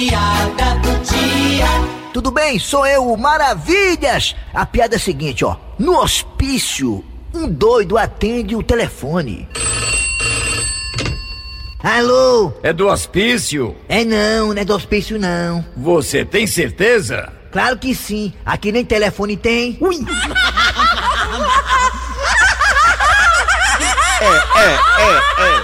piada do dia. Tudo bem? Sou eu, o Maravilhas! A piada é a seguinte, ó. No hospício, um doido atende o telefone. Alô? É do hospício? É não, não é do hospício não. Você tem certeza? Claro que sim, aqui nem telefone tem. Ui! é, é, é, é.